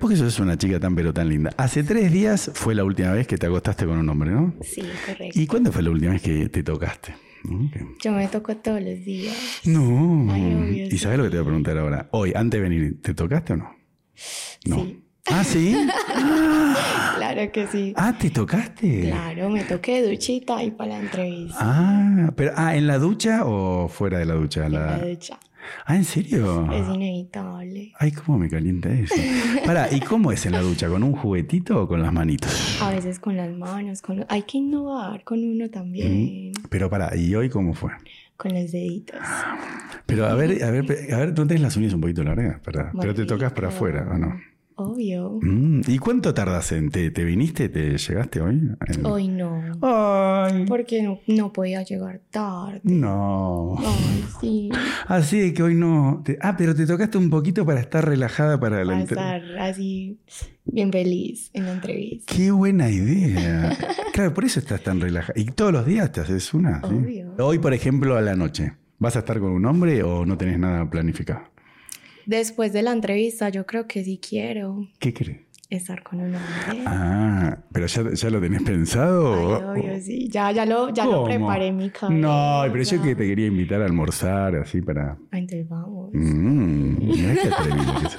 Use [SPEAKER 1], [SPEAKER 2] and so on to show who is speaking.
[SPEAKER 1] Vos que sos una chica tan pero tan linda. Hace tres días fue la última vez que te acostaste con un hombre, ¿no?
[SPEAKER 2] Sí, correcto.
[SPEAKER 1] ¿Y cuándo fue la última vez que te tocaste? Ok.
[SPEAKER 2] Yo me toco todos los días.
[SPEAKER 1] No.
[SPEAKER 2] Ay, obvio,
[SPEAKER 1] ¿Y sabes lo que te voy a preguntar ahora? Hoy, antes de venir, ¿te tocaste o no? No.
[SPEAKER 2] Sí.
[SPEAKER 1] Ah, sí.
[SPEAKER 2] Claro que sí.
[SPEAKER 1] Ah, ¿te tocaste?
[SPEAKER 2] Claro, me toqué duchita y para la entrevista.
[SPEAKER 1] Ah, pero ah, ¿en la ducha o fuera de la ducha?
[SPEAKER 2] en la
[SPEAKER 1] La-
[SPEAKER 2] ducha.
[SPEAKER 1] Ah, ¿en serio?
[SPEAKER 2] Es inevitable.
[SPEAKER 1] Ay, cómo me calienta eso. Pará, ¿y cómo es en la ducha? ¿Con un juguetito o con las manitos?
[SPEAKER 2] A veces con las manos, con lo- hay que innovar con uno también,
[SPEAKER 1] Pero pará, ¿y hoy cómo fue?
[SPEAKER 2] con los deditos.
[SPEAKER 1] Pero a ver, a ver, pe- a ver, tú tenés las uñas un poquito largas, ¿verdad? Pero te
[SPEAKER 2] Bonito.
[SPEAKER 1] tocas para afuera, ¿o no?
[SPEAKER 2] Obvio.
[SPEAKER 1] Mm, ¿Y cuánto tardas en te, te viniste? ¿Te llegaste hoy? En-
[SPEAKER 2] Hoy no.
[SPEAKER 1] Ay,
[SPEAKER 2] Porque no, no podía llegar tarde.
[SPEAKER 1] no.
[SPEAKER 2] Ay, sí.
[SPEAKER 1] Así de que hoy no. te- ah, pero te tocaste un poquito para estar relajada para la
[SPEAKER 2] Para
[SPEAKER 1] entrevista.
[SPEAKER 2] estar así, bien feliz en la entrevista.
[SPEAKER 1] Qué buena idea. Claro, por eso estás tan relajada. Y todos los días te haces una. ¿sí?
[SPEAKER 2] Obvio.
[SPEAKER 1] Hoy, por ejemplo, a la noche. ¿Vas a estar con un hombre o no tenés nada planificado?
[SPEAKER 2] Después de la entrevista, yo creo que sí quiero
[SPEAKER 1] ¿Qué crees?
[SPEAKER 2] estar con un hombre.
[SPEAKER 1] Ah, pero ya, ya lo tenés pensado.
[SPEAKER 2] Ay, obvio, sí. Ya, ya, lo, ya lo
[SPEAKER 1] ¿Cómo?
[SPEAKER 2] preparé en mi cabeza.
[SPEAKER 1] No, pero yo que te quería invitar a almorzar así para.
[SPEAKER 2] Ah, Entonces vamos.
[SPEAKER 1] Mm, mirá qué atrevido que sos.